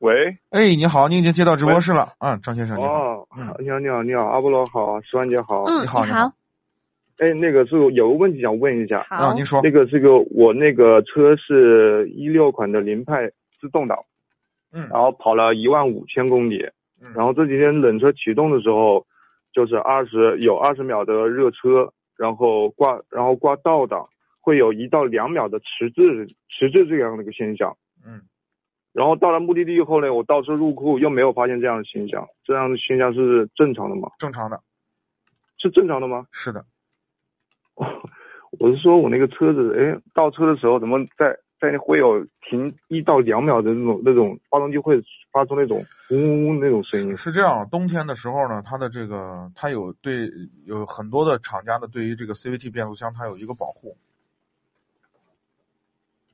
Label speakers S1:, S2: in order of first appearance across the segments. S1: 喂，
S2: 哎，你好，你已经接到直播室了。嗯，张先生，你好。
S1: 哦
S2: 嗯，
S1: 你好，你好，你好，阿波罗好，十万姐好。
S3: 嗯，
S2: 你好你好
S1: 哎，那个是有个问题想问一下，
S2: 啊，
S3: 好，
S2: 您说
S1: 那。个这个我那个车是一六款的凌派自动挡，
S2: 嗯
S1: 然后跑了一万五千公里，
S2: 嗯
S1: 然后这几天冷车启动的时候，就是二十有二十秒的热车，然后挂然后挂倒档，会有一到两秒的迟滞迟滞这样的一个现象。
S2: 嗯，
S1: 然后到了目的地以后呢，我倒车入库又没有发现这样的现象，这样的现象是正常的吗？
S2: 正常的，
S1: 是正常的吗？
S2: 是的。
S1: 我是说我那个车子，哎，倒车的时候怎么在在那会有停一到两秒的那种那种发动机会发出那种嗡嗡嗡那种声音？
S2: 是这样，冬天的时候呢，它的这个它有对有很多的厂家呢，对于这个 CVT 变速箱它有一个保护，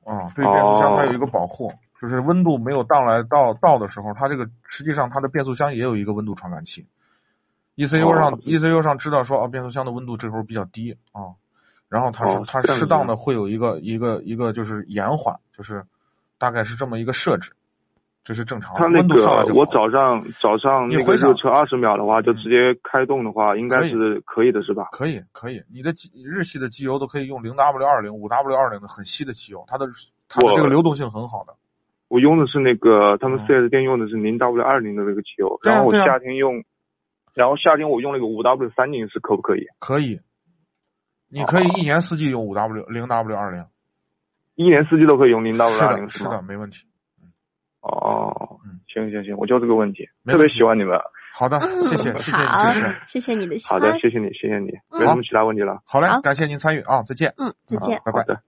S2: 啊、对于变速箱它有一个保护，就是温度没有到来到到的时候，它这个实际上它的变速箱也有一个温度传感器，ECU 上、
S1: 哦
S2: ECU 上知道说啊变速箱的温度这时候比较低啊、然后它是、
S1: 哦
S2: 它
S1: 这样
S2: 适当
S1: 子
S2: 的会有一个一个一个就是延缓，就是大概是这么一个设置，这是正常的。
S1: 它那
S2: 温度上来
S1: 个
S2: 就
S1: 我
S2: 好
S1: 早上早上
S2: 你
S1: 那个
S2: 回想嗯
S1: 热车二十秒的话，就直接开动的话，应该
S2: 可以
S1: 是可以的是吧？
S2: 可以，可以，你的机日系的机油都可以用零 W 二零、五 W 二零的很稀的机油，它的它的
S1: 我
S2: 这个流动性很好的。
S1: 我用的是那个他们
S2: 嗯
S1: 4S 店用的是零 W 二零的那个机油，
S2: 对啊
S1: 然后我
S2: 对啊
S1: 夏天用，然后夏天我用那个五 W 三零是可不可以？
S2: 可以，你可以一年四季用五 W 零 W 二零。
S1: 一年四季都可以用零 W
S2: 是
S1: 二零
S2: 的，是的，
S1: 吗？
S2: 没问题。
S1: 哦
S2: 嗯，
S1: 行行行，我就这个问题，
S2: 没
S1: 特别
S2: 问题
S1: 喜欢你们。啊
S2: 好的，
S3: 嗯
S2: 谢谢，谢谢你
S3: 好
S2: 支持。
S3: 谢谢你的喜
S1: 好
S3: 欢，
S1: 的，谢谢你，谢谢你，没什么其他问题了。
S2: 好嘞
S3: 好，
S2: 感谢您参与啊，再见。
S3: 嗯，再
S2: 好
S3: 见。
S2: 拜
S1: 好
S2: 拜。
S1: 的。